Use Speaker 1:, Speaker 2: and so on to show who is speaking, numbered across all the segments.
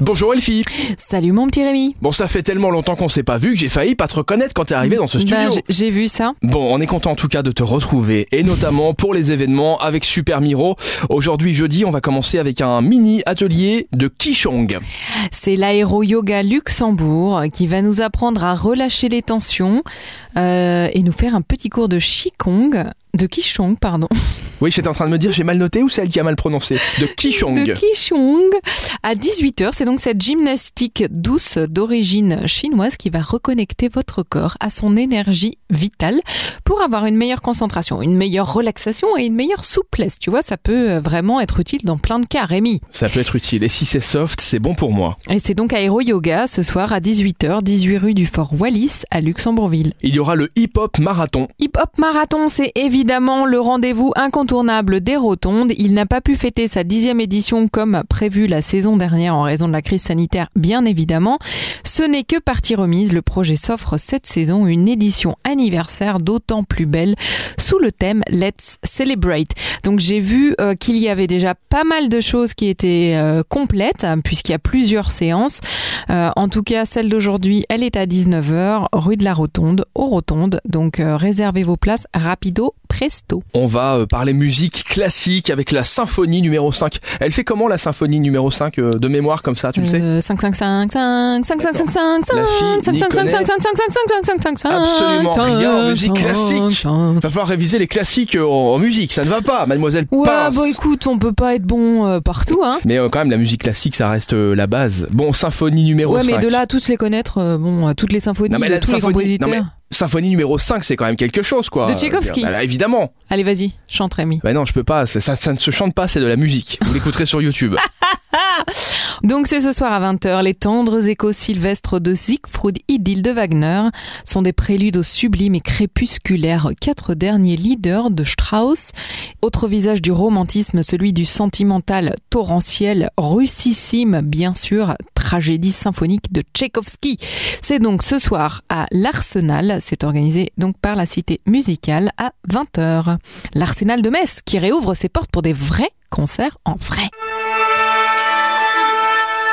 Speaker 1: Bonjour Elfie.
Speaker 2: Salut mon petit Rémi.
Speaker 1: Bon, ça fait tellement longtemps qu'on s'est pas vu que j'ai failli pas te reconnaître quand t'es arrivé dans ce studio.
Speaker 2: Bah, j'ai- J'ai vu ça.
Speaker 1: Bon, on est content en tout cas de te retrouver et notamment pour les événements avec Super Miro. Aujourd'hui jeudi, on va commencer avec un mini atelier de Qigong.
Speaker 2: C'est l'aéro-yoga Luxembourg qui va nous apprendre à relâcher les tensions euh, et nous faire un petit cours de Qigong, de Qigong, pardon,
Speaker 1: Oui, j'étais en train de me dire, j'ai mal noté ou c'est elle qui a mal prononcé De
Speaker 2: de
Speaker 1: Qigong.
Speaker 2: Qigong à 18h. C'est donc cette gymnastique douce d'origine chinoise qui va reconnecter votre corps à son énergie vitale pour avoir une meilleure concentration, une meilleure relaxation et une meilleure souplesse. Tu vois, ça peut euh, vraiment être utile dans plein de cas, Rémi.
Speaker 1: Ça peut être utile et si c'est soft, c'est bon pour moi.
Speaker 2: Et c'est donc Aéro Yoga ce soir à 18h, 18 rue du Fort Wallis à Luxembourgville.
Speaker 1: Il y aura le hip-hop marathon.
Speaker 2: Hip Hop Marathon, c'est évidemment le rendez-vous incontournable des Rotondes. Il n'a pas pu fêter sa dixième édition comme prévu la saison dernière en raison de la crise sanitaire, bien évidemment. Ce n'est que partie remise. Le projet s'offre cette saison une édition anniversaire d'autant plus belle sous le thème Let's Celebrate. Donc j'ai vu euh, qu'il y avait déjà pas mal de choses qui étaient euh, complètes hein, puisqu'il y a plusieurs séances. Euh, en tout cas, celle d'aujourd'hui, elle est à 19h, rue de la Rotonde, aux Rotondes. Donc euh, réservez vos places rapido presto.
Speaker 1: On va euh, parler musique classique avec la symphonie numéro 5. Elle fait comment la symphonie numéro 5 euh, de mémoire comme ça, tu le sais
Speaker 2: Euh, 5 5 5 5 5 5 5 5 5
Speaker 1: La fille
Speaker 2: 5
Speaker 1: n'y
Speaker 2: 5 5 5
Speaker 1: connaît
Speaker 2: 5 5 5 5
Speaker 1: absolument rien en musique
Speaker 2: 5
Speaker 1: classique. Va falloir réviser les classiques euh, en, en musique, ça ne va pas, mademoiselle
Speaker 2: Ouais,
Speaker 1: Pince.
Speaker 2: bon écoute, on peut pas être bon euh, partout hein.
Speaker 1: Mais euh, quand même, la musique classique, ça reste euh, la base. Bon, symphonie numéro
Speaker 2: Ouais,
Speaker 1: 5.
Speaker 2: mais de là à tous les connaître, euh, bon, à toutes les symphonies,
Speaker 1: Non, mais
Speaker 2: de
Speaker 1: la
Speaker 2: tous
Speaker 1: symphonie-
Speaker 2: les compositeurs.
Speaker 1: non, mais- Symphonie numéro 5, c'est quand même quelque chose, quoi.
Speaker 2: De Tchaïkovski.
Speaker 1: Bah, là, évidemment.
Speaker 2: Allez, vas-y, chante Rémi.
Speaker 1: Bah non, je peux pas. c'est- Ça, ça ne se chante pas, c'est de la musique. Vous l'écouterez sur YouTube.
Speaker 2: Donc c'est ce soir à 20h, les tendres échos sylvestres de Siegfried Idyll de Wagner sont des préludes au sublime et crépusculaire quatre derniers leaders de Strauss. Autre visage du romantisme, celui du sentimental torrentiel, russissime bien sûr, tragédie symphonique de Tchaïkovski. C'est donc ce soir à l'Arsenal, c'est organisé donc par la Cité Musicale à 20h. L'Arsenal de Metz qui réouvre ses portes pour des vrais concerts en vrai.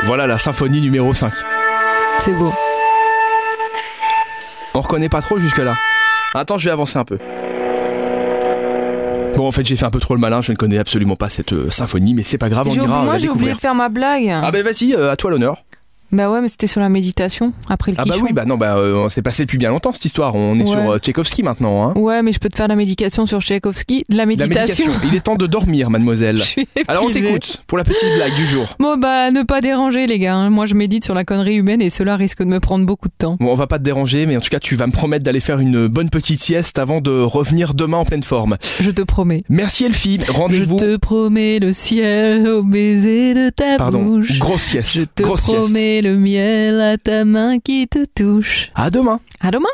Speaker 1: Voilà la symphonie numéro 5.
Speaker 2: C'est beau.
Speaker 1: On reconnaît pas trop jusque-là. Attends, je vais avancer un peu. Bon, en fait, j'ai fait un peu trop le malin. Je ne connais absolument pas cette euh, symphonie, mais c'est pas grave, on
Speaker 2: J'ai-
Speaker 1: ira euh,
Speaker 2: moi
Speaker 1: la
Speaker 2: j'ai oublié
Speaker 1: découvrir.
Speaker 2: de faire ma blague.
Speaker 1: Ah bah vas-y, euh, à toi l'honneur.
Speaker 2: Bah ouais, mais c'était sur la méditation après le
Speaker 1: Ah bah
Speaker 2: quichon.
Speaker 1: oui, bah non, bah euh, c'est passé depuis bien longtemps cette histoire. On est
Speaker 2: Ouais.
Speaker 1: sur euh, Tchaïkovski maintenant. Hein.
Speaker 2: Ouais, mais je peux te faire la médication sur Tchaïkovski. De la
Speaker 1: La
Speaker 2: méditation.
Speaker 1: médication. Il est temps de dormir, mademoiselle.
Speaker 2: Je suis
Speaker 1: Alors on
Speaker 2: épuisée.
Speaker 1: t'écoute pour la petite blague du jour.
Speaker 2: Bon bah ne pas déranger les gars. hein. Moi je médite sur la connerie humaine et cela risque de me prendre beaucoup de temps.
Speaker 1: Bon, on va pas te déranger, mais en tout cas, tu vas me promettre d'aller faire une bonne petite sieste avant de revenir demain en pleine forme.
Speaker 2: Je te promets.
Speaker 1: Merci Elfie,
Speaker 2: Je
Speaker 1: rendez-vous.
Speaker 2: te promets le ciel au baiser de ta
Speaker 1: Pardon,
Speaker 2: bouche.
Speaker 1: grosse sieste.
Speaker 2: Je te
Speaker 1: grosse sieste.
Speaker 2: promets le miel à ta main qui te touche.
Speaker 1: À demain.
Speaker 2: À demain.